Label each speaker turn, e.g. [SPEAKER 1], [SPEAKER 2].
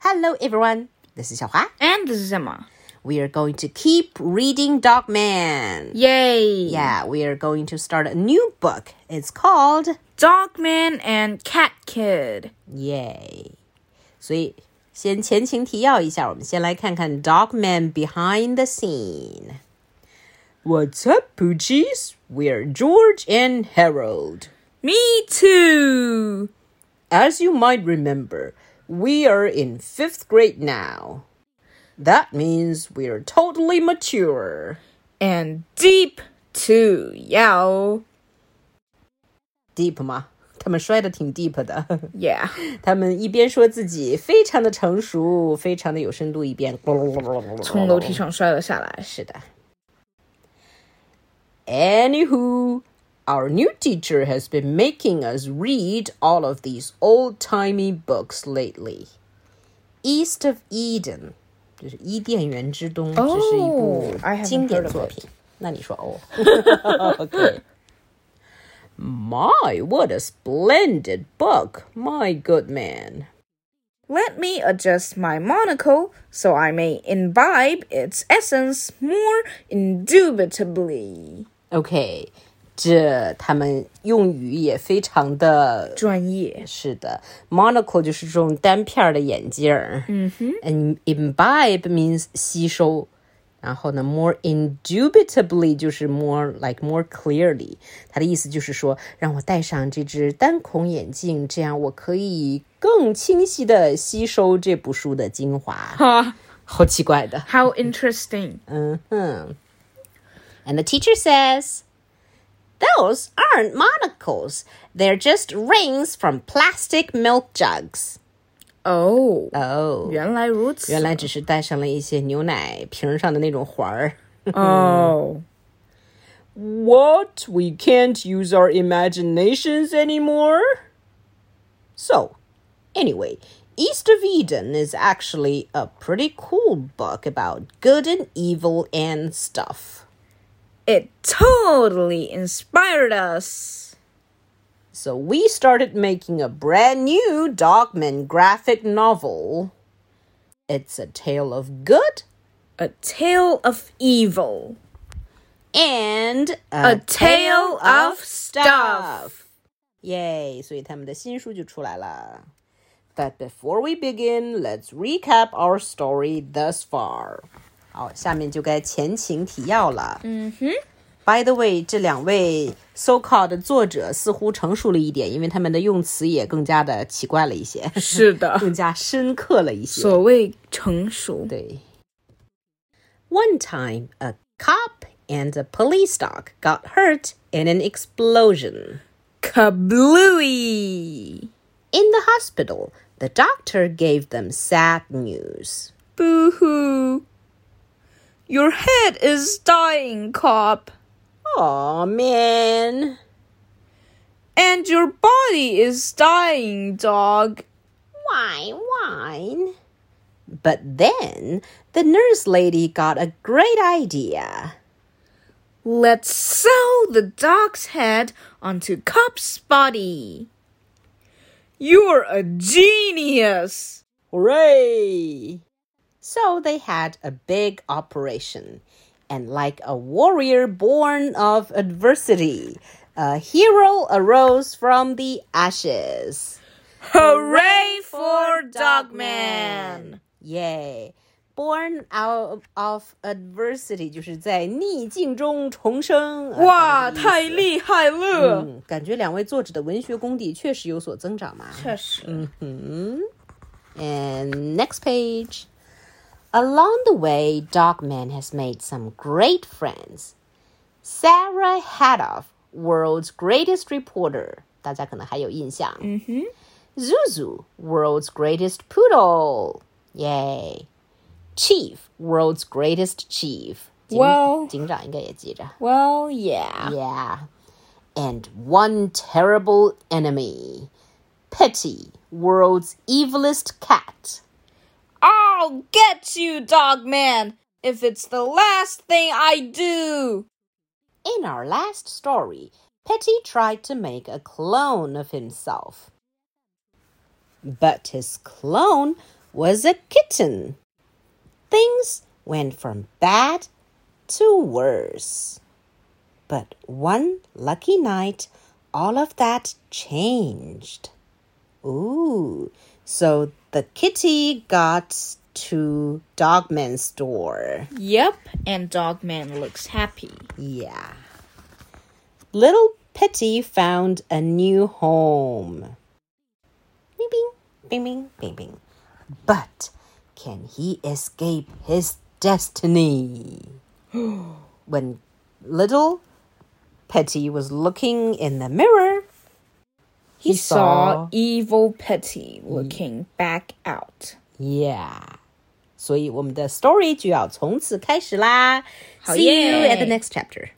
[SPEAKER 1] Hello everyone, this is 小华。
[SPEAKER 2] And 这是什么
[SPEAKER 1] We are going to keep reading Dog Man.
[SPEAKER 2] ？Yay!
[SPEAKER 1] Yeah, we are going to start a new book. It's called
[SPEAKER 2] Dogman and Cat Kid.
[SPEAKER 1] Yay. 所以先前情提要一下，我们先来看看 Dog Man behind the scene. What's up, Poochies? We're George and Harold.
[SPEAKER 2] Me too.
[SPEAKER 1] As you might remember, we are in fifth grade now. That means we are totally mature.
[SPEAKER 2] And deep too. 要
[SPEAKER 1] Deep 吗？他们摔的挺 deep 的。
[SPEAKER 2] Yeah.
[SPEAKER 1] 他们一边说自己非常的成熟，非常的有深度，一边
[SPEAKER 2] 从楼梯上摔了下来。
[SPEAKER 1] 是的。Anywho, our new teacher has been making us read all of these old timey books lately. East of Eden，就是伊甸园之东，这是一部
[SPEAKER 2] Oh, I haven't
[SPEAKER 1] 经典
[SPEAKER 2] heard of
[SPEAKER 1] 作品。那你说哦 ？OK。My, what a splendid book! My good man.
[SPEAKER 2] Let me adjust my monocle so I may imbibe its essence more indubitably.
[SPEAKER 1] OK，这他们用语也非常的
[SPEAKER 2] 专 业。
[SPEAKER 1] 是的，monocle 就是这种单片儿的眼镜儿。嗯哼，and imbibe means 吸收，然后呢，more indubitably 就是 more like more clearly，它的意思就是说，让我戴上这只单孔眼镜，这样我可以更清晰的吸收这部书的精华。
[SPEAKER 2] 哈
[SPEAKER 1] 好奇怪的。
[SPEAKER 2] ，How interesting.
[SPEAKER 1] Mhm. And the teacher says, Those aren't monocles. They're just rings from plastic milk jugs.
[SPEAKER 2] Oh,
[SPEAKER 1] uh, 哦，
[SPEAKER 2] 原来如此。
[SPEAKER 1] 原来只是戴上了一些牛奶瓶上的那种环儿。
[SPEAKER 2] 哦。
[SPEAKER 1] What? We can't use our imaginations anymore? So, anyway, East of Eden is actually a pretty cool book about good and evil and stuff.
[SPEAKER 2] It totally inspired us.
[SPEAKER 1] So we started making a brand new Dogman graphic novel. It's a tale of good
[SPEAKER 2] A tale of evil.
[SPEAKER 1] and
[SPEAKER 2] A tale of stuff.
[SPEAKER 1] Yay! 所以他们的新书就出来了。But before we begin, let's recap our story thus far. 好，下面就该前情提要了。By
[SPEAKER 2] Mm-hmm.
[SPEAKER 1] the way，这两位 so-called 的作者似乎成熟了一点，因为他们的用词也更加的奇怪了一 些，更加深刻了一些。
[SPEAKER 2] 所谓成熟。
[SPEAKER 1] 对。One time, a cop and a police dog got hurt in an explosion.
[SPEAKER 2] Kablooey.
[SPEAKER 1] In the hospital, the doctor gave them sad news.
[SPEAKER 2] Boo hoo. Your head is dying, cop.
[SPEAKER 1] Aw, man.
[SPEAKER 2] And your body is dying, dog.
[SPEAKER 1] Wine, wine. But then the nurse lady got a great idea.
[SPEAKER 2] Let's sew the dog's head onto cop's body. You're a genius.
[SPEAKER 1] Hooray! So they had a big operation. And like a warrior born of adversity, a hero arose from the ashes.
[SPEAKER 2] Hooray for Dogman!
[SPEAKER 1] Yay! Born out of adversity 就是在逆境中重生。呃
[SPEAKER 2] 哇，
[SPEAKER 1] 这么个意思
[SPEAKER 2] 太厉害了！
[SPEAKER 1] 嗯，感觉两位作者的文学功底确实有所增长嘛。
[SPEAKER 2] 确实，
[SPEAKER 1] And next page. Along the way, Dogman has made some great friends. Sarah Hadoff, world's greatest reporter. 大家可能还有印象。Zuzu, world's greatest poodle. Yay. Chief, world's greatest chief. 警-
[SPEAKER 2] Well-
[SPEAKER 1] 警长应该也记着。
[SPEAKER 2] Well, yeah.
[SPEAKER 1] Yeah. And one terrible enemy Petty, world's evilest cat.
[SPEAKER 2] I'll get you, Dogman, if it's the last thing I do.
[SPEAKER 1] In our last story, Petty tried to make a clone of himself. But his clone was a kitten. Things went from bad to worse. But one lucky night, all of that changed. Ooh, so the kitty got to Dogman's store.
[SPEAKER 2] Yep, and Dogman looks happy.
[SPEAKER 1] Yeah. Little Pitty found a new home. Bing bing, bing bing, bing bing. But can he escape his destiny? when little Pitty was looking in the mirror,
[SPEAKER 2] He saw Mm. evil Petty looking back out.
[SPEAKER 1] Yeah. 所以我们的 story 就要从此开始啦。
[SPEAKER 2] 好
[SPEAKER 1] See you
[SPEAKER 2] 耶
[SPEAKER 1] at the next chapter.